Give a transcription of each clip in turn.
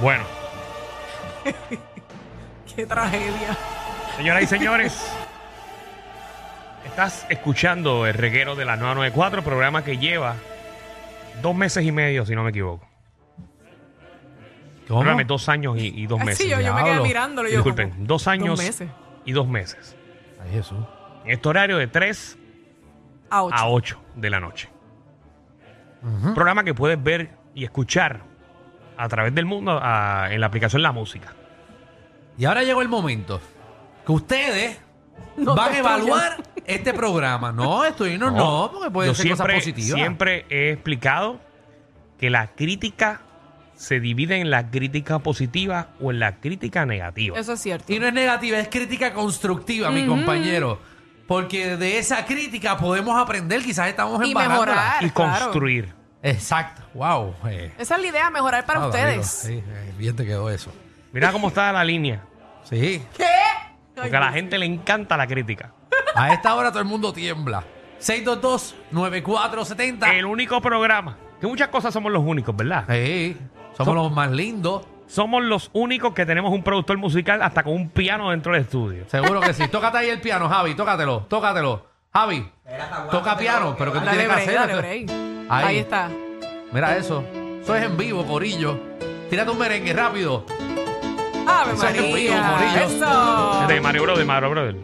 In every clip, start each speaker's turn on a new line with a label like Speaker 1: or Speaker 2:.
Speaker 1: Bueno,
Speaker 2: Qué tragedia.
Speaker 1: señoras y señores, estás escuchando el reguero de la 994, programa que lleva dos meses y medio, si no me equivoco.
Speaker 3: ¿Cómo?
Speaker 1: Perdóname, dos años y, y dos
Speaker 2: Ah,
Speaker 1: meses.
Speaker 2: sí, yo, yo me quedé
Speaker 3: diablo.
Speaker 2: mirándolo. Yo
Speaker 1: Disculpen,
Speaker 2: como,
Speaker 1: dos años
Speaker 2: meses.
Speaker 1: y dos meses.
Speaker 3: Ay, Jesús.
Speaker 1: En este horario de 3
Speaker 2: A ocho.
Speaker 1: a 8 de la noche. Programa que puedes ver y escuchar a través del mundo a- en la aplicación La Música.
Speaker 3: Y ahora llegó el momento que ustedes
Speaker 2: No
Speaker 3: van
Speaker 2: te
Speaker 3: a evaluar este programa. No, estoy no, no, porque puede
Speaker 1: yo
Speaker 3: ser
Speaker 1: siempre,
Speaker 3: cosas positivas.
Speaker 1: Siempre he explicado que la crítica se divide en la crítica positiva o en la crítica negativa.
Speaker 2: Eso es cierto.
Speaker 3: Y no es negativa, es crítica constructiva, mi compañero. Porque de esa crítica podemos aprender, quizás estamos
Speaker 2: Y
Speaker 3: embarrándola.
Speaker 2: mejorar.
Speaker 1: y
Speaker 2: claro.
Speaker 1: construir.
Speaker 3: Exacto, wow. eh.
Speaker 2: Esa es la idea, mejorar para
Speaker 3: Ah,
Speaker 2: ustedes.
Speaker 3: amigo, sí, eh, bien te quedó eso.
Speaker 1: Mira cómo está la línea.
Speaker 3: Sí,
Speaker 2: ¿Qué? Ay,
Speaker 1: Porque a la
Speaker 2: Dios.
Speaker 1: gente le encanta la crítica.
Speaker 3: a esta hora todo el mundo tiembla. 622-9470.
Speaker 1: El único programa. Que muchas cosas somos los únicos, ¿verdad?
Speaker 3: Sí, somos
Speaker 1: Som-
Speaker 3: los más lindos.
Speaker 1: Somos los únicos que tenemos un productor musical hasta con un piano dentro del estudio.
Speaker 3: Seguro que sí. Tócate ahí el piano, Javi. Tócatelo, tócatelo. Javi, toca piano, pero que tú
Speaker 2: Dale
Speaker 3: tienes que
Speaker 2: break,
Speaker 3: hacer.
Speaker 2: dale break.
Speaker 3: Ahí.
Speaker 2: Ahí está.
Speaker 3: Mira eso. Eso es en vivo, Corillo. Tírate un merengue rápido.
Speaker 2: Ave
Speaker 3: Eso es rico,
Speaker 2: María.
Speaker 3: Corillo.
Speaker 2: Eso.
Speaker 1: De Mario Brother, Mario Brother.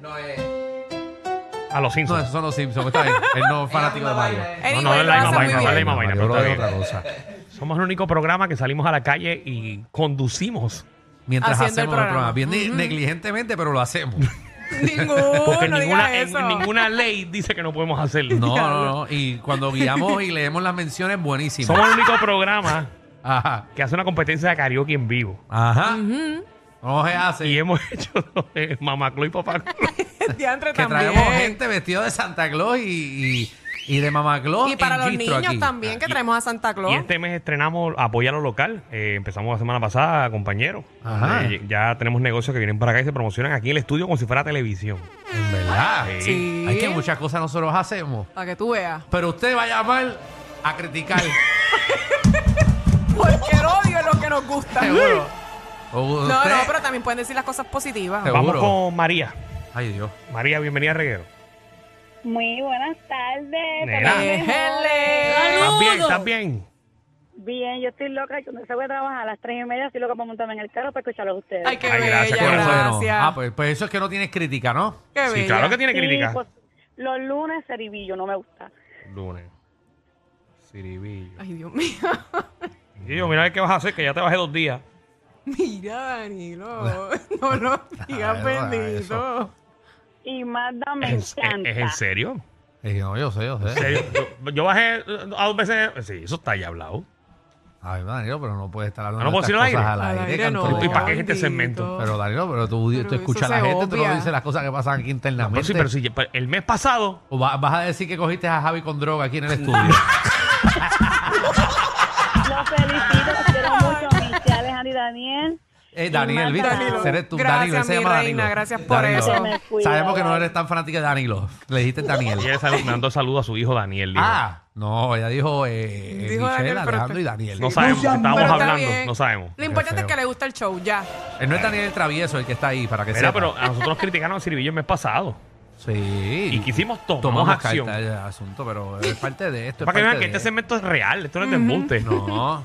Speaker 4: No
Speaker 3: eh,
Speaker 4: es.
Speaker 1: A los
Speaker 3: No,
Speaker 1: Simpsons.
Speaker 3: esos son los Simpsons. Está bien. Él no es fanático de Mario.
Speaker 1: No, no, es la misma
Speaker 2: Anyway, lo hace
Speaker 1: vaina,
Speaker 2: muy
Speaker 1: no es la
Speaker 2: bien.
Speaker 1: misma vaina,
Speaker 3: Mario
Speaker 1: pero
Speaker 3: Bros es
Speaker 1: está
Speaker 3: otra
Speaker 1: bien.
Speaker 3: cosa.
Speaker 1: Somos el único programa que salimos a la calle y conducimos.
Speaker 3: Mientras
Speaker 2: Haciendo el
Speaker 3: hacemos el
Speaker 2: programa.
Speaker 3: programa. Bien ne- negligentemente, pero lo hacemos.
Speaker 2: Ninguno,
Speaker 1: Porque
Speaker 2: diga
Speaker 1: ninguna, en-
Speaker 2: eso.
Speaker 1: en ninguna ley dice que no podemos hacerlo.
Speaker 3: No, no, no. Y cuando guiamos y leemos las menciones, buenísimo.
Speaker 1: Somos el único programa
Speaker 3: Ajá.
Speaker 1: que hace una competencia de karaoke en vivo.
Speaker 3: Ajá. No se hace.
Speaker 1: Y hemos hecho eh, mamaclo y papaclo.
Speaker 2: Diantre
Speaker 3: que
Speaker 2: también.
Speaker 3: traemos gente vestida de Santa Claus y, y- y de Mamá Claus.
Speaker 2: Y para
Speaker 3: oh, en
Speaker 2: los
Speaker 3: Gistro
Speaker 2: niños
Speaker 3: aquí.
Speaker 2: también, que
Speaker 1: Y-
Speaker 2: traemos a Santa Claus.
Speaker 1: Y este mes estrenamos Apoya lo Local. Eh, empezamos la semana pasada, compañeros.
Speaker 3: Ajá.
Speaker 1: Eh, ya tenemos negocios que vienen para acá y se promocionan aquí en el estudio como si fuera televisión.
Speaker 3: En verdad.
Speaker 1: Sí.
Speaker 3: Hay Ah, eh. que muchas cosas nosotros hacemos.
Speaker 2: Para que tú veas.
Speaker 3: Pero usted va a llamar a criticar.
Speaker 2: Porque el odio es lo que nos gusta.
Speaker 3: seguro.
Speaker 2: No, no, pero también pueden decir las cosas positivas.
Speaker 3: Seguro.
Speaker 1: Vamos con María.
Speaker 3: Ay, Dios.
Speaker 1: María, bienvenida a Reguero.
Speaker 5: Muy buenas tardes.
Speaker 1: Nena.
Speaker 5: también,
Speaker 2: Déjenle.
Speaker 1: ¿Estás bien? ¿Estás bien?
Speaker 5: Bien, yo estoy loca. Yo no se voy a trabajar a las tres y media. Estoy loca para montarme en el carro para escucharlos a ustedes.
Speaker 2: Ay, qué
Speaker 1: Ay,
Speaker 2: bella,
Speaker 1: gracias, qué
Speaker 2: gracias.
Speaker 1: bueno.
Speaker 3: Ah, pues, pues eso es que no tienes crítica, ¿no?
Speaker 2: Qué
Speaker 1: Sí,
Speaker 2: bella.
Speaker 1: claro que tiene
Speaker 5: Sí,
Speaker 1: crítica.
Speaker 5: pues, los lunes ceribillo, no me gusta.
Speaker 1: Lunes. Ciribillo.
Speaker 2: Ay, Dios mío.
Speaker 1: Y yo, mira qué vas a hacer, que ya te bajé dos días.
Speaker 2: Mira, Danilo. No lo digas,
Speaker 3: Ay, no,
Speaker 2: bendito.
Speaker 5: Y Magda me
Speaker 1: ¿Es, es-
Speaker 5: encanta.
Speaker 1: es en serio?
Speaker 3: Y yo, Eh, yo sé, yo
Speaker 1: ¿En
Speaker 3: sé.
Speaker 1: serio? Yo, yo bajé eh, a dos veces. Sí, eso está ya hablado.
Speaker 3: Ay, Danilo, pero no puedes estar hablando
Speaker 1: Ah, ¿no
Speaker 3: de
Speaker 2: pues
Speaker 1: puedo
Speaker 3: estas
Speaker 1: decirlo al
Speaker 3: cosas
Speaker 2: aire?
Speaker 3: al
Speaker 2: Al
Speaker 3: aire.
Speaker 2: aire
Speaker 3: canto
Speaker 2: no.
Speaker 3: de-
Speaker 1: ¿Y para qué es
Speaker 2: Bendito.
Speaker 1: este segmento?
Speaker 3: Pero Danilo, pero tú,
Speaker 2: Pero
Speaker 3: tú escuchas
Speaker 2: eso
Speaker 3: a la
Speaker 2: se
Speaker 3: gente, tú
Speaker 2: obvia. pues
Speaker 3: no dices las cosas que pasan aquí
Speaker 1: No,
Speaker 3: internamente.
Speaker 1: pero sí, pero sí, pero el mes pasado.
Speaker 3: O va- vas a decir que cogiste a Javi con droga aquí en el estudio.
Speaker 5: Los felicito, los quiero mucho. Michelle, Alejandro y Daniel.
Speaker 3: Eh, Daniel, ¿viste?
Speaker 5: Danilo.
Speaker 3: Eres tú,
Speaker 2: Gracias,
Speaker 3: Danilo, él se
Speaker 2: mi
Speaker 3: llama
Speaker 2: reina,
Speaker 3: Danilo.
Speaker 2: gracias por
Speaker 3: Danilo.
Speaker 2: eso.
Speaker 5: Me cuida,
Speaker 3: Sabemos que no
Speaker 5: Dani.
Speaker 3: eres tan fanática de Danilo. Le dijiste Daniel.
Speaker 1: Ella está mandando saludos a su hijo Daniel. dijo.
Speaker 3: Ah, no, ella dijo, eh,
Speaker 2: Dijo
Speaker 3: Michelle,
Speaker 2: Daniel, pero
Speaker 3: Alejandro
Speaker 2: está-
Speaker 3: y Daniel.
Speaker 1: no sabemos,
Speaker 2: Pero
Speaker 1: estábamos
Speaker 2: está
Speaker 1: hablando,
Speaker 2: bien.
Speaker 1: no sabemos.
Speaker 2: Lo importante es que
Speaker 3: feo.
Speaker 2: le gusta el show, ya.
Speaker 3: Él no es Daniel el travieso, el que está ahí, para que
Speaker 1: Mira,
Speaker 3: sepa.
Speaker 1: pero a nosotros criticaron a Ciribillo el mes pasado.
Speaker 3: Sí.
Speaker 1: Y quisimos tomar acción.
Speaker 3: carta del asunto, pero es parte de esto. es
Speaker 1: Para que
Speaker 3: parte
Speaker 1: vean que
Speaker 3: de-
Speaker 1: este segmento es real, esto no es de embuste.
Speaker 3: No,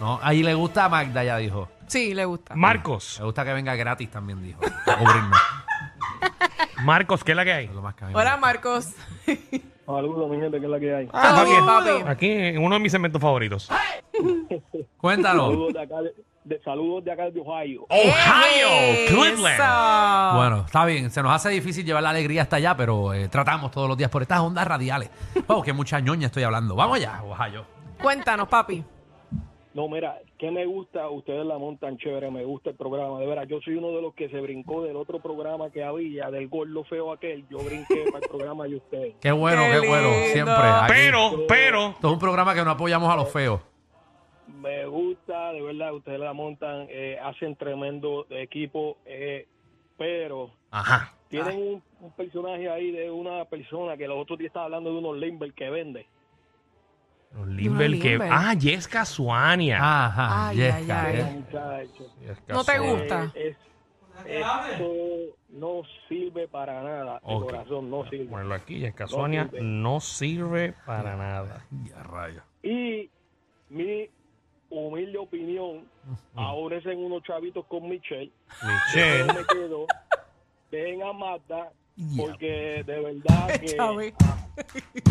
Speaker 3: no. Ahí le gusta a Magda, ya dijo.
Speaker 2: Sí, le gusta.
Speaker 1: Marcos,
Speaker 3: Le gusta que venga gratis también, dijo. Para cubrirnos.
Speaker 1: Marcos, ¿qué es la que
Speaker 3: Es
Speaker 1: hay?
Speaker 3: lo más que a mí me
Speaker 2: Hola,
Speaker 3: gusta.
Speaker 2: Marcos.
Speaker 6: Saludos, mi gente, que es la que hay.
Speaker 2: Todo bien,
Speaker 1: aquí,
Speaker 2: papi.
Speaker 1: aquí en uno de mis segmentos favoritos.
Speaker 5: ¡Eh!
Speaker 3: Cuéntalo.
Speaker 6: Saludos de acá de, de- saludos de acá de Ohio.
Speaker 1: Ohio, Cleveland.
Speaker 2: Eso.
Speaker 3: Bueno, está bien, se nos hace difícil llevar la alegría hasta allá, pero eh, tratamos todos los días por estas ondas radiales. Wow, qué mucha ñoña estoy hablando. Vamos allá, Ohio.
Speaker 2: Cuéntanos, papi.
Speaker 6: No, mira, que me gusta, ustedes la montan chévere, me gusta el programa, de veras. Yo soy uno de los que se brincó del otro programa que había, del gordo feo aquel. Yo brinqué para el programa de ustedes.
Speaker 3: Qué bueno,
Speaker 2: Qué
Speaker 3: qué, bueno,
Speaker 2: lindo.
Speaker 3: siempre. aquí.
Speaker 1: Pero, pero,
Speaker 3: Esto es un programa que no apoyamos a los feos.
Speaker 6: Me gusta, de verdad, ustedes la montan, eh, hacen tremendo equipo, eh, pero
Speaker 1: ajá.
Speaker 6: tienen un, un personaje ahí de una persona que los otros días estaba hablando de unos Limber que vende.
Speaker 1: Los Limber
Speaker 2: Los
Speaker 1: que.
Speaker 2: Limber.
Speaker 1: Ah, Jessica Suania.
Speaker 3: Ajá,
Speaker 2: Ay,
Speaker 3: Yesca,
Speaker 2: ay, ay.
Speaker 3: Yes-
Speaker 6: Muchachos.
Speaker 3: Yesca
Speaker 2: No te
Speaker 3: Suárez.
Speaker 2: gusta. Está.
Speaker 6: Eh, es- esto no sirve para nada.
Speaker 1: Ok.
Speaker 6: El corazón no sirve.
Speaker 1: Ponerlo aquí, Jessica Suania
Speaker 6: sirve.
Speaker 1: no sirve para nada.
Speaker 3: Ya, rayo.
Speaker 6: Y mi humilde opinión, ahora es en unos chavitos con Michelle. Yo
Speaker 1: Michelle.
Speaker 6: me quedo. Dejen a Magda.
Speaker 3: Ya.
Speaker 6: Porque de verdad que
Speaker 2: Chavi.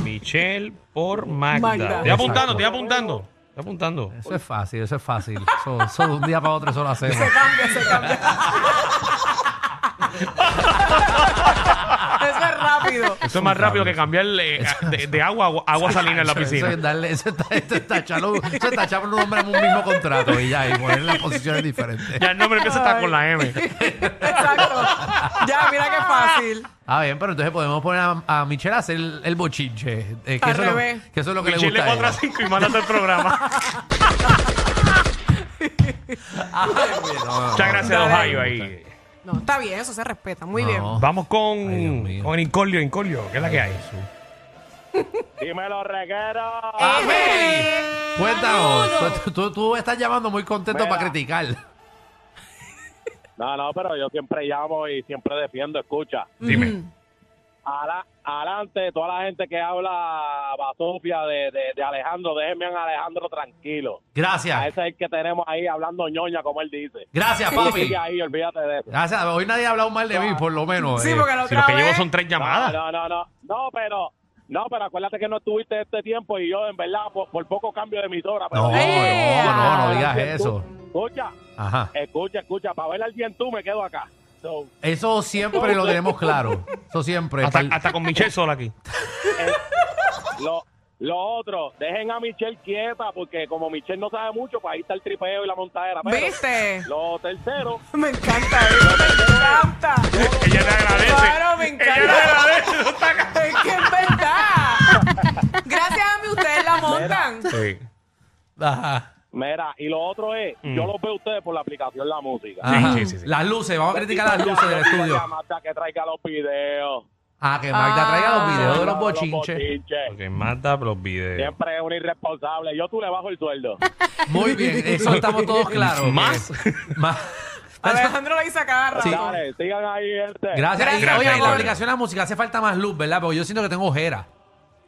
Speaker 1: Michelle por Magda.
Speaker 2: Magda.
Speaker 1: Estoy apuntando,
Speaker 3: Exacto.
Speaker 1: estoy apuntando. Estoy apuntando.
Speaker 3: Eso es fácil, eso es fácil. Eso, eso de un día para otro, eso lo hacemos.
Speaker 2: Se cambia, se cambia. Eso es rápido.
Speaker 1: Eso es más rápido que cambiarle eh, de, de agua a agua- agua salina en la
Speaker 3: Eso- eso
Speaker 1: piscina.
Speaker 3: es darle- Eso está esto es tacharlo- eso es tachar un nombre en un mismo contrato y ya, y ponerle en posiciones diferentes.
Speaker 1: Ya el nombre empieza a estar
Speaker 2: Ay.
Speaker 1: con la M.
Speaker 2: Exacto. Ya, mira qué fácil.
Speaker 3: Ah, bien, pero entonces podemos poner a, a Michelle a hacer el, el bochinche. eh, que,
Speaker 2: Al
Speaker 3: eso es lo-
Speaker 2: revés.
Speaker 3: que eso es lo que
Speaker 1: Michelle
Speaker 3: le
Speaker 1: de
Speaker 3: gusta.
Speaker 1: 4
Speaker 3: a
Speaker 1: a
Speaker 3: ella.
Speaker 1: 5 y mándate el programa.
Speaker 3: Ay, no, no, no.
Speaker 1: Muchas gracias,
Speaker 2: Dale.
Speaker 1: Ohio. Ahí.
Speaker 2: No, está bien, eso se respeta. Muy
Speaker 3: No.
Speaker 2: bien.
Speaker 1: Vamos
Speaker 3: Ay, Dios
Speaker 1: con,
Speaker 3: mío.
Speaker 1: con Incolio, Incolio. ¿Qué es la que hay?
Speaker 6: Dímelo, reguero.
Speaker 1: Ah,
Speaker 3: ¡Amén! Cuéntanos, tú, tú- tú estás llamando muy contento
Speaker 6: Mira.
Speaker 3: para criticar.
Speaker 6: No, no, pero yo siempre llamo y siempre defiendo, escucha.
Speaker 1: Dime.
Speaker 6: Ala- Adelante, toda la gente que habla basofia de, de, de Alejandro, déjenme a Alejandro tranquilo. A
Speaker 3: Gracias,
Speaker 6: ese es el que tenemos ahí hablando ñoña, como él dice.
Speaker 3: gracias, papi.
Speaker 6: Sigue ahí, olvídate de eso.
Speaker 3: Gracias, hoy nadie ha hablado mal de mí, por lo menos.
Speaker 2: Ah. Sí,
Speaker 3: eh.
Speaker 2: porque la
Speaker 1: Si lo
Speaker 2: otra
Speaker 1: que llevo
Speaker 2: vez...
Speaker 1: son tres
Speaker 6: No,
Speaker 1: llamadas.
Speaker 6: no, no, no, no, pero, no, pero acuérdate que no estuviste este tiempo y yo, en verdad, por, por poco cambio de emisora. Pero
Speaker 3: No,
Speaker 2: ¡Ea!
Speaker 3: no, no, no digas eso.
Speaker 6: Escucha,
Speaker 3: Ajá.
Speaker 6: escucha, escucha, para ver al bien tú me quedo acá. So,
Speaker 3: Eso siempre lo tenemos claro. Eso siempre.
Speaker 1: Hasta,
Speaker 3: Pal-
Speaker 1: hasta con Michelle sola aquí.
Speaker 6: lo, lo otro, dejen a Michelle quieta, porque como Michelle no sabe mucho, pues ahí está el tripeo y la montadera. Pero
Speaker 2: ¿Viste?
Speaker 6: lo tercero,
Speaker 2: Me encanta, ¿eh? me encanta.
Speaker 1: Ella te agradece.
Speaker 2: Claro, me
Speaker 1: Ella te
Speaker 2: encanta.
Speaker 1: agradece. no está acá.
Speaker 2: Es que es verdad. Gracias a mí ustedes la montan.
Speaker 1: Sí.
Speaker 3: Ajá.
Speaker 6: mira, y lo otro es,
Speaker 3: Mm.
Speaker 6: yo los veo a ustedes por la aplicación La Música.
Speaker 3: Ajá.
Speaker 1: sí, sí, sí.
Speaker 3: Las luces, vamos a criticar las luces del
Speaker 6: Ya,
Speaker 3: Ah, estudio.
Speaker 6: Marta, que traiga los videos.
Speaker 3: Ah, que Magda traiga los videos de los
Speaker 6: Los
Speaker 3: bochinches.
Speaker 6: bochinches.
Speaker 1: Porque mata los videos.
Speaker 6: Siempre es un irresponsable. Yo tú le bajo el sueldo.
Speaker 3: Muy bien, eso estamos todos claros.
Speaker 1: Más.
Speaker 3: Más.
Speaker 2: Alejandro la hizo a cada rato.
Speaker 3: Sí.
Speaker 6: Dale, sigan ahí, gente.
Speaker 3: Gracias.
Speaker 1: Gracias,
Speaker 3: Y, Oye, con la
Speaker 1: Taylor.
Speaker 3: aplicación a la música hace falta más luz, ¿verdad? Porque yo siento que tengo ojeras.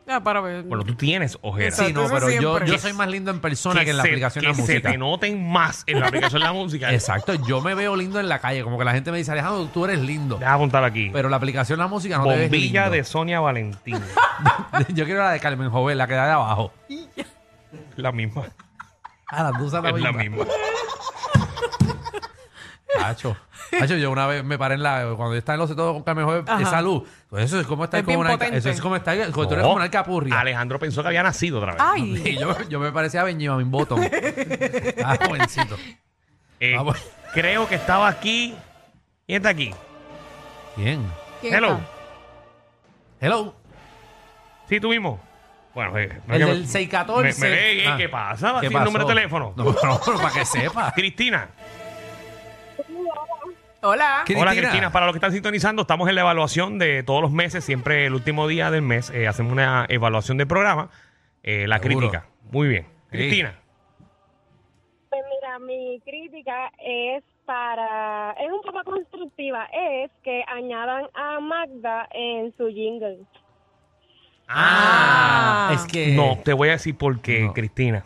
Speaker 2: Ya, para ver.
Speaker 1: Bueno, tú tienes ojeras.
Speaker 2: Exacto,
Speaker 3: Sí, no,
Speaker 2: eso
Speaker 3: pero yo,
Speaker 2: siempre.
Speaker 3: yo soy más lindo en persona que en la
Speaker 1: se-
Speaker 3: aplicación
Speaker 1: que
Speaker 3: a la
Speaker 1: se
Speaker 3: música.
Speaker 1: te noten más en la aplicación de la música.
Speaker 3: Exacto, yo me veo lindo en la calle. Como que la gente me dice, Alejandro, tú eres lindo.
Speaker 1: Deja apuntar aquí.
Speaker 3: Pero la aplicación la música no te ves
Speaker 1: Bombilla
Speaker 3: lindo.
Speaker 1: de Sonia Valentín.
Speaker 3: Yo quiero la de Carmen Jovel, la que da de abajo.
Speaker 1: la misma.
Speaker 3: Ah, la tusa
Speaker 1: Es la misma.
Speaker 3: Hacho. Hacho, yo una vez me paré en la. Cuando yo estaba en los setodos con Carmen Joven,
Speaker 2: Ajá.
Speaker 3: esa luz. Pues eso es como estar
Speaker 2: Es
Speaker 3: con
Speaker 2: bien
Speaker 3: una.
Speaker 2: potente.
Speaker 3: Eso es como estar. Como Pues tú eres
Speaker 1: No.
Speaker 3: como una alcapurria.
Speaker 1: Alejandro pensó que había nacido otra vez.
Speaker 2: Ay.
Speaker 3: Y yo, yo me parecía a Benjamin Button. Ah, jovencito.
Speaker 1: Eh,
Speaker 3: Vamos.
Speaker 1: creo que estaba aquí. ¿Quién está aquí?
Speaker 3: Bien.
Speaker 2: ¿quién
Speaker 1: Hello.
Speaker 2: está?
Speaker 3: Hello.
Speaker 1: Sí, tuvimos. Bueno, eh, no
Speaker 3: El
Speaker 1: es que
Speaker 3: del
Speaker 1: me-
Speaker 3: 614.
Speaker 1: me- me- eh, eh,
Speaker 3: Ah.
Speaker 1: ¿Qué pasa?
Speaker 3: ¿Qué
Speaker 1: Así el número de
Speaker 3: pasó?
Speaker 1: teléfono.
Speaker 3: No, pero, pero para que sepa.
Speaker 1: Cristina.
Speaker 2: Hola.
Speaker 3: ¿Qué-
Speaker 1: Hola
Speaker 3: Cristina.
Speaker 1: Cristina, para los que están sintonizando, estamos en la evaluación de todos los meses, siempre el último día del mes eh, hacemos una evaluación del programa, eh, la
Speaker 3: Seguro.
Speaker 1: crítica. Muy bien.
Speaker 3: Sí.
Speaker 1: Cristina,
Speaker 4: Pues mira, mi crítica es para, es un poco constructiva, es que añadan a Magda en su jingle.
Speaker 2: Ah.
Speaker 3: es que.
Speaker 1: no, te voy a decir por qué,
Speaker 3: no.
Speaker 1: Cristina.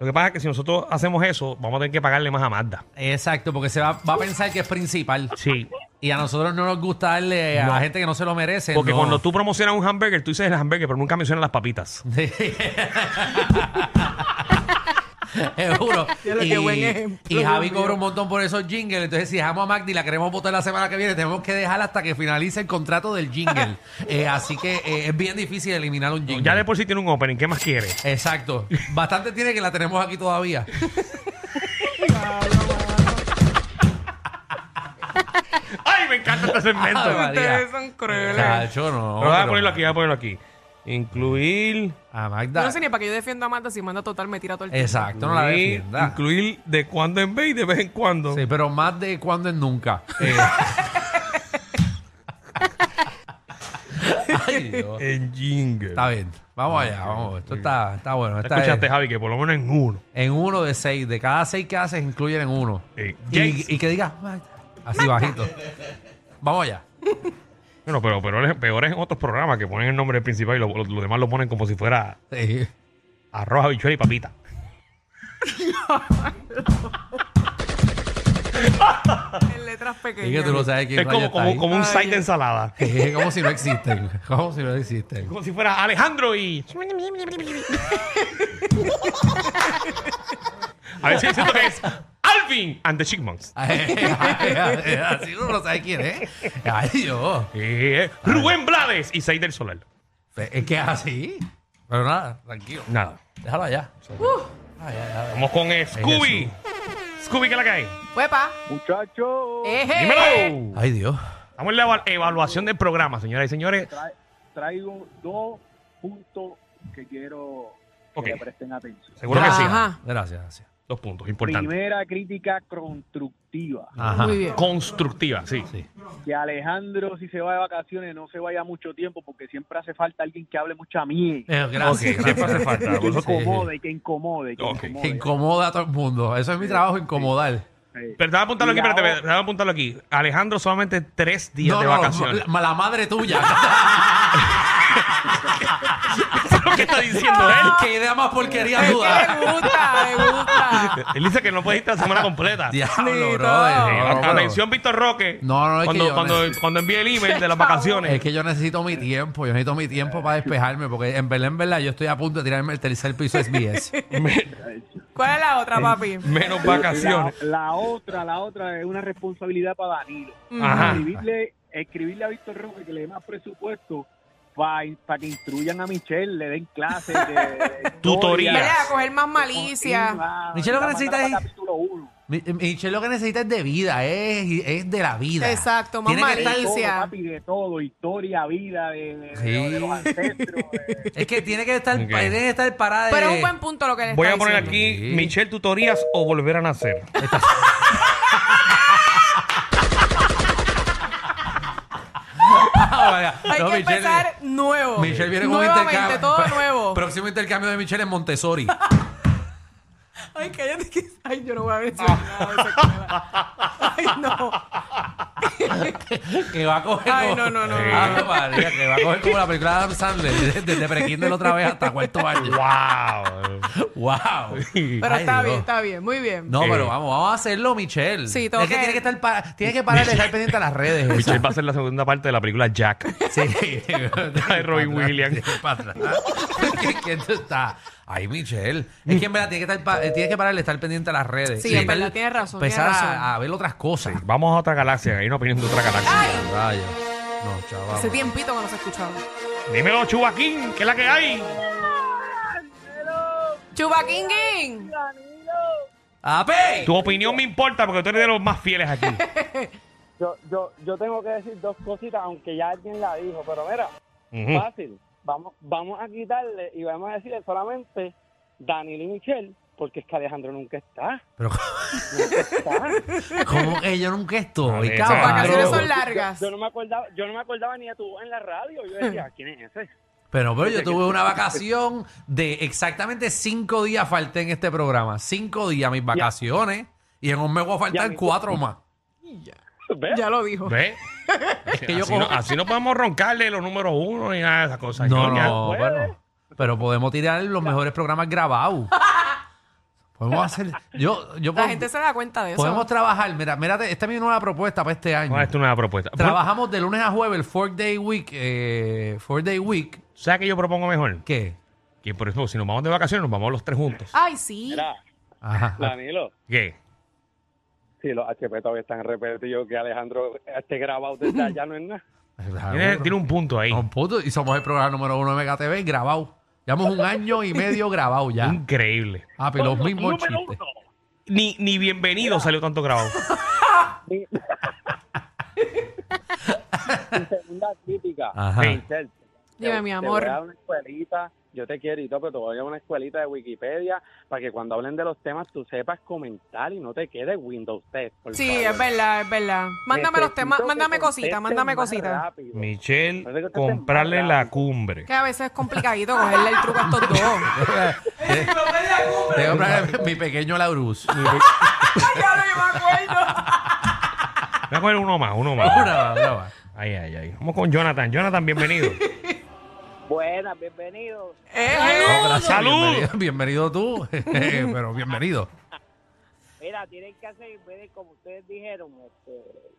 Speaker 1: Lo que pasa es que si nosotros hacemos eso, vamos a tener que pagarle más a Magda.
Speaker 3: Exacto, porque se va, va a pensar que es principal.
Speaker 1: Sí.
Speaker 3: Y a nosotros no nos gusta darle a
Speaker 1: No.
Speaker 3: la gente que no se lo merece.
Speaker 1: Porque
Speaker 3: no.
Speaker 1: cuando tú promocionas un hamburger, tú dices el hamburger, pero nunca mencionas las papitas.
Speaker 3: Seguro.
Speaker 2: Ya lo que buen ejemplo,
Speaker 3: y Javi
Speaker 2: Dios mío.
Speaker 3: cobra un montón por esos jingles. Entonces, si dejamos a Magdi y la queremos votar la semana que viene, tenemos que dejarla hasta que finalice el contrato del jingle. Eh, así que eh, es bien difícil eliminar un jingle.
Speaker 1: Ya de por sí tiene un opening, ¿qué más quieres?
Speaker 3: Exacto. Bastante tiene que la tenemos aquí todavía.
Speaker 1: ¡Ay, me encanta este segmento!
Speaker 3: Ave María.
Speaker 2: Ustedes son crueles.
Speaker 3: Chacho, no.
Speaker 1: Pero voy a
Speaker 3: pero-
Speaker 1: ponerlo aquí, voy a ponerlo aquí. Incluir...
Speaker 3: A
Speaker 2: Yo
Speaker 3: Magda.
Speaker 2: no sé ni para qué yo defiendo a Marta si manda total me tira todo el tiempo.
Speaker 3: Exacto, no la
Speaker 1: Incluir-
Speaker 3: defienda.
Speaker 1: Incluir de cuando en vez y de vez en cuando.
Speaker 3: Sí, pero más de cuando es nunca. Eh, Ay, Dios.
Speaker 1: En jingle.
Speaker 3: Está bien. Vamos allá, vamos. Esto está, está bueno.
Speaker 1: ¿Te
Speaker 3: Esta es-
Speaker 1: escuchaste, Javi, que por lo menos en uno.
Speaker 3: en uno de seis. De cada seis que haces, incluyen en uno.
Speaker 1: Sí. Jace.
Speaker 3: Y, y que digas, así bajito. Vamos allá.
Speaker 1: Bueno, pero, pero es- peor es en otros programas que ponen el nombre principal y lo- lo- los demás lo ponen como si fuera
Speaker 3: Sí.
Speaker 1: arroz, habichuela y papita.
Speaker 2: En letras pequeñas.
Speaker 3: Y que tú no sabes quién
Speaker 1: Es como,
Speaker 3: rayos está
Speaker 1: como,
Speaker 3: ahí.
Speaker 1: como un
Speaker 2: Ay,
Speaker 1: site de
Speaker 2: Dios.
Speaker 1: ensalada.
Speaker 3: Es como si no existen. Como si no existen.
Speaker 1: Como si fuera Alejandro y. A veces siento que es Alvin and the Chipmunks.
Speaker 3: Así uno no sabe quién es. Ay, Dios.
Speaker 1: Eh, Rubén Blades y Seis del Solar.
Speaker 3: Es que es así. Pero nada, tranquilo.
Speaker 1: Nada.
Speaker 3: Déjalo allá.
Speaker 1: Vamos con eh, Scooby. Scooby, ¿qué es la que hay?
Speaker 2: Huepa.
Speaker 6: Muchachos,
Speaker 2: Eje.
Speaker 1: Dímelo.
Speaker 3: Ay, Dios.
Speaker 1: Estamos en la eval- evaluación del programa, señoras y señores.
Speaker 6: traigo dos puntos que quiero
Speaker 1: Ok.
Speaker 6: que le presten atención.
Speaker 1: Seguro que sí.
Speaker 2: Ajá.
Speaker 3: Gracias, gracias.
Speaker 1: Dos puntos importantes.
Speaker 6: Primera crítica constructiva.
Speaker 3: Ajá.
Speaker 2: Muy bien.
Speaker 1: Constructiva, sí.
Speaker 3: Sí.
Speaker 6: Que Alejandro, si se va de vacaciones, no se vaya mucho tiempo porque siempre hace falta alguien que hable mucha mierda.
Speaker 3: Eh,
Speaker 1: Ok,
Speaker 3: gracias.
Speaker 1: siempre hace
Speaker 3: gracias.
Speaker 1: falta.
Speaker 6: Que
Speaker 1: Nosotros-
Speaker 6: incomode, que incomode, que
Speaker 1: Ok.
Speaker 3: Que
Speaker 6: incomode.
Speaker 3: incomoda a todo el mundo. Eso es mi trabajo, incomodar.
Speaker 6: Sí.
Speaker 1: Pero déjame apuntarlo aquí,
Speaker 6: Y la
Speaker 1: espérate,
Speaker 6: otra-
Speaker 1: espérate, déjame apuntarlo aquí. Alejandro solamente tres días de vacaciones.
Speaker 3: ma- La, madre tuya.
Speaker 1: Eso es lo que está diciendo él.
Speaker 3: Qué idea más porquería
Speaker 2: Es que
Speaker 3: duda.
Speaker 2: le gusta, le gusta.
Speaker 1: Él dice que no puede irte la semana completa.
Speaker 3: Diablo,
Speaker 2: Sí,
Speaker 3: bro.
Speaker 2: no.
Speaker 1: Eh,
Speaker 3: No, no,
Speaker 1: a-
Speaker 3: pero-
Speaker 1: Atención, Víctor Roque.
Speaker 3: No, no, es que
Speaker 1: cuando,
Speaker 3: yo
Speaker 1: cuando,
Speaker 3: necesito-
Speaker 1: cuando envíe el email de las vacaciones.
Speaker 3: Es que yo necesito mi tiempo, yo necesito mi tiempo para despejarme, porque en verdad, en verdad, yo estoy a punto de tirarme el tercer piso SBS.
Speaker 2: ¿Cuál es la otra, papi?
Speaker 1: Menos vacaciones.
Speaker 6: La, la otra, la otra es una responsabilidad para Danilo.
Speaker 1: Ajá.
Speaker 6: Escribirle, escribirle a Víctor Roque que le dé más presupuesto para que instruyan a Michelle, le den clases de, de
Speaker 1: Tutoría.
Speaker 2: Vele
Speaker 6: historia.
Speaker 2: a coger más malicia.
Speaker 3: Michelle, lo que
Speaker 6: La
Speaker 3: necesita
Speaker 6: mandaron
Speaker 3: es-
Speaker 6: a capítulo uno.
Speaker 3: Mi- eh, Michelle lo que necesita es de vida, es, es de la vida.
Speaker 2: Exacto, más
Speaker 3: Tiene que estar-
Speaker 6: Todo,
Speaker 2: malicia.
Speaker 6: papi, de todo, historia, vida, de, de- de-
Speaker 3: Sí.
Speaker 6: de los ancestros. de-
Speaker 3: Es que tiene que estar,
Speaker 1: Ok.
Speaker 3: tiene que estar parada de...
Speaker 2: Pero es un buen punto lo que le
Speaker 1: Voy a
Speaker 2: está
Speaker 1: poner
Speaker 2: diciendo.
Speaker 1: aquí
Speaker 3: Sí.
Speaker 1: Michelle Tutorías o Volver a Nacer.
Speaker 3: Ah, vaya.
Speaker 2: Hay
Speaker 3: No, eh,
Speaker 2: que empezar nuevo.
Speaker 3: Michelle viene con un
Speaker 2: Nuevamente,
Speaker 3: intercambio. Pues,
Speaker 2: todo nuevo.
Speaker 3: Próximo intercambio de Michelle en Montessori.
Speaker 2: Ay, cállate que... Ay, yo no voy a ver si... Ay, no.
Speaker 3: que va a coger
Speaker 2: Ay,
Speaker 3: como-
Speaker 2: no, no, no.
Speaker 3: Ave María, que va a coger como la película de Adam Sandler, desde, desde prekinder otra vez hasta cuarto año.
Speaker 1: ¡Wow!
Speaker 3: ¡Wow!
Speaker 2: Pero
Speaker 3: Ay,
Speaker 2: está
Speaker 3: Dios.
Speaker 2: bien, está bien. Muy bien.
Speaker 3: No,
Speaker 1: Eh.
Speaker 3: pero vamos, vamos a hacerlo, Michelle.
Speaker 2: Sí,
Speaker 3: es
Speaker 2: tengo
Speaker 3: que,
Speaker 2: que-
Speaker 3: tiene que estar pa- tiene que parar de estar pendiente a las redes. esa.
Speaker 1: Michelle va a hacer la segunda parte de la película Jack.
Speaker 3: Sí.
Speaker 1: Ay, Robin Williams.
Speaker 3: ¿Qué, qué tú estás? Ay, Michelle. Es que en verdad tiene que, estar pa- eh, tiene que parar de estar pendiente a las redes.
Speaker 2: Sí,
Speaker 3: Y
Speaker 2: en verdad,
Speaker 3: ver-
Speaker 2: tienes razón,
Speaker 3: Empezar
Speaker 2: tienes
Speaker 3: a-
Speaker 2: razón.
Speaker 3: A, ver otras cosas.
Speaker 1: Vamos a otra galaxia, que hay una opinión de otra galaxia.
Speaker 3: Rayos. No, chaval.
Speaker 2: Hace tiempito que no se escuchaba.
Speaker 1: Dímelo, Chubaquín, ¿qué es la que hay?
Speaker 2: Chubaquinguín.
Speaker 3: ¡Ape!
Speaker 1: Tu opinión me importa porque tú eres de los más fieles aquí.
Speaker 7: Yo, yo, yo tengo que decir dos cositas, aunque ya alguien la dijo, pero mira,
Speaker 1: Ujú.
Speaker 7: fácil. Vamos, vamos a quitarle y vamos a decirle solamente Daniel y Michelle, porque es que Alejandro nunca está.
Speaker 3: Pero,
Speaker 7: Está.
Speaker 3: ¿cómo que yo nunca estoy?
Speaker 1: Vale,
Speaker 3: cabrón?
Speaker 1: esas
Speaker 2: Vacaciones
Speaker 1: Claro.
Speaker 2: son largas. Hmm.
Speaker 7: Yo no me acordaba, yo no me acordaba ni de tu voz en la radio. Yo decía, ¿quién es ese?
Speaker 3: Pero, pero yo tuve una vacación de exactamente cinco días falté en este programa. Cinco días mis vacaciones. Y en un mes voy a
Speaker 7: Ya,
Speaker 3: faltar
Speaker 7: mi-
Speaker 3: cuatro más.
Speaker 6: ¿Eh?
Speaker 7: ¿Ves?
Speaker 2: Ya lo dijo.
Speaker 1: ¿Ves?
Speaker 3: que yo
Speaker 1: así,
Speaker 3: cojo-
Speaker 1: no, así no podemos roncarle los números uno ni nada de esas cosas.
Speaker 3: No,
Speaker 1: Yo ya-
Speaker 3: no, pero, pero podemos tirar los mejores programas grabados. Podemos hacer. Yo, yo
Speaker 2: La
Speaker 3: puedo-
Speaker 2: gente se da cuenta de eso.
Speaker 3: podemos trabajar. Mira, mira, esta es mi nueva propuesta para este año.
Speaker 1: No, esto es una propuesta.
Speaker 3: Trabajamos de lunes a jueves, el four day week, eh, four day week,
Speaker 1: ¿Sabes qué yo propongo mejor?
Speaker 3: ¿qué?
Speaker 1: Que por eso, si nos vamos de vacaciones, nos vamos los tres juntos.
Speaker 3: Ah.
Speaker 2: Ay, sí.
Speaker 7: Mira,
Speaker 3: Ajá.
Speaker 7: Danilo,
Speaker 1: ¿Qué?
Speaker 7: si los HP todavía están repetidos, que Alejandro esté grabado desde allá no es nada.
Speaker 3: Ah,
Speaker 1: Tiene, tiene un punto ahí.
Speaker 3: Con puto, y somos el programa número uno de MKTV grabado. Llevamos un año y medio grabado ya.
Speaker 1: Increíble.
Speaker 3: Ah, pero los mismos chistes.
Speaker 1: Ni, ni bienvenido salió tanto grabado.
Speaker 7: Segunda crítica.
Speaker 3: Ajá.
Speaker 1: Sí.
Speaker 7: Michelle,
Speaker 2: Dime,
Speaker 7: te-
Speaker 2: mi
Speaker 7: te
Speaker 2: amor.
Speaker 7: voy a dar una escuelita
Speaker 6: yo te quiero y todo, pero te voy a una escuelita de Wikipedia para que cuando hablen de los temas tú sepas comentar y no te quedes Windows 10. por
Speaker 2: Sí,
Speaker 6: favor.
Speaker 2: es verdad, es verdad. Mándame los temas,
Speaker 6: Necesito que
Speaker 2: mándame cositas,
Speaker 6: contestes
Speaker 2: mándame
Speaker 6: más
Speaker 2: cositas.
Speaker 6: rápido.
Speaker 1: Michelle,
Speaker 6: Parece que usted
Speaker 1: comprarle
Speaker 6: está
Speaker 1: la cumbre.
Speaker 2: Que a veces es complicadito cogerle el truco a estos dos.
Speaker 3: Tengo que mi pequeño Laurus. Mi pe-
Speaker 2: ya no me acuerdo.
Speaker 1: Voy a coger uno más, uno
Speaker 3: Una
Speaker 1: más.
Speaker 3: más, una más.
Speaker 1: Ay, ay, ay. Vamos con Jonathan. Jonathan, bienvenido.
Speaker 5: Buenas, bienvenidos.
Speaker 2: Eh,
Speaker 3: No,
Speaker 2: eh.
Speaker 3: gracias.
Speaker 1: ¡Salud!
Speaker 3: Bienvenido, bienvenido tú, pero bienvenido.
Speaker 5: Mira, tienen que hacer, en vez de, como ustedes dijeron, este,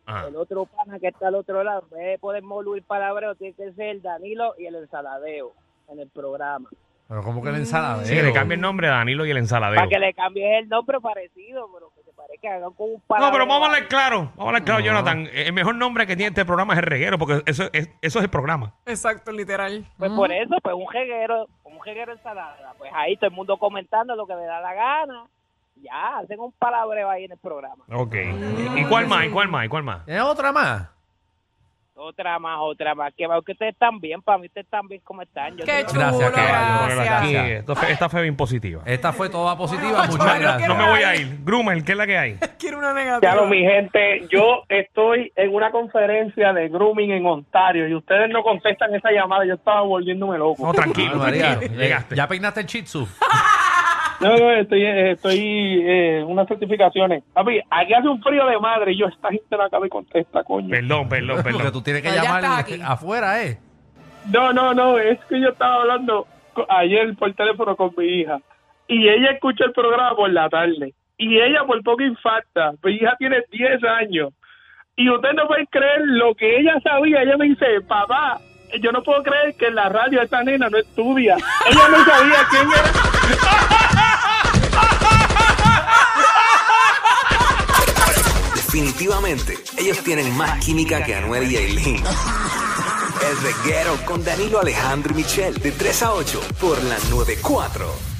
Speaker 1: Ah.
Speaker 5: el otro pana que está al otro lado, en vez de poder moluir palabreo, tiene que ser el Danilo y el ensaladeo en el programa.
Speaker 3: Pero como que la ensalada.
Speaker 1: Sí, que le cambie el nombre a Danilo y el ensaladeo.
Speaker 5: Para que le cambies el nombre parecido, pero que se parezca, hagan con un
Speaker 1: No,
Speaker 5: palabreo.
Speaker 1: pero vamos a hablar claro. Vamos a hablar claro,
Speaker 3: No.
Speaker 1: Jonathan. El mejor nombre que tiene este programa es el reguero, porque eso es, eso es el programa.
Speaker 2: Exacto, literal.
Speaker 5: Pues por eso, pues un jeguero, un jeguero ensalada. Pues ahí todo el mundo comentando lo que le da la gana. Ya, hacen un palabreo ahí en el programa.
Speaker 1: Ok. ¿Y
Speaker 3: Mm.
Speaker 1: cuál más? ¿Y cuál más? ¿Y cuál más?
Speaker 3: ¿Es otra más?
Speaker 5: Otra más, otra más. Que va, que ustedes están bien, para mí ustedes están bien como están. Yo
Speaker 2: Qué
Speaker 5: tengo-
Speaker 2: chulo, gracias.
Speaker 3: caballo.
Speaker 1: Aquí, esto fue- esta fue bien positiva.
Speaker 3: Esta fue toda positiva.
Speaker 2: Bueno,
Speaker 3: Muchas
Speaker 2: Mario,
Speaker 3: gracias.
Speaker 2: ¿qué
Speaker 1: Ah, No me voy
Speaker 3: eh.
Speaker 1: a ir. Grumel, ¿qué es la que hay?
Speaker 2: Quiero una
Speaker 8: Ya
Speaker 2: negativa.
Speaker 8: lo, mi gente, yo estoy en una conferencia de grooming en Ontario y ustedes no contestan esa llamada, yo estaba volviéndome loco.
Speaker 1: No, tranquilo,
Speaker 3: Ah, María,
Speaker 1: tranquilo.
Speaker 3: eh,
Speaker 1: Llegaste.
Speaker 3: ¿Ya peinaste el chitsu?
Speaker 8: No, no, estoy, eh, estoy eh, unas certificaciones. Papi, aquí hace un frío de madre y yo esta gente no acaba y contesta, coño.
Speaker 1: Perdón, perdón,
Speaker 3: Porque tú
Speaker 1: perdón.
Speaker 3: tienes que
Speaker 2: Pero ya
Speaker 3: llamar
Speaker 2: estás aquí.
Speaker 3: afuera, ¿eh?
Speaker 8: No, no, no, es que yo estaba hablando co- ayer por teléfono con mi hija y ella escucha el programa por la tarde y ella por poco infarta. Mi hija tiene 10 años y usted no puede creer lo que ella sabía. Ella me dice, papá, yo no puedo creer que en la radio esta nena no estudia. Ella no sabía quién era.
Speaker 9: Definitivamente, ellos tienen más química que Anuel y Aileen. El reguero con Danilo Alejandro y Michel, de 3 a 8, por la 94.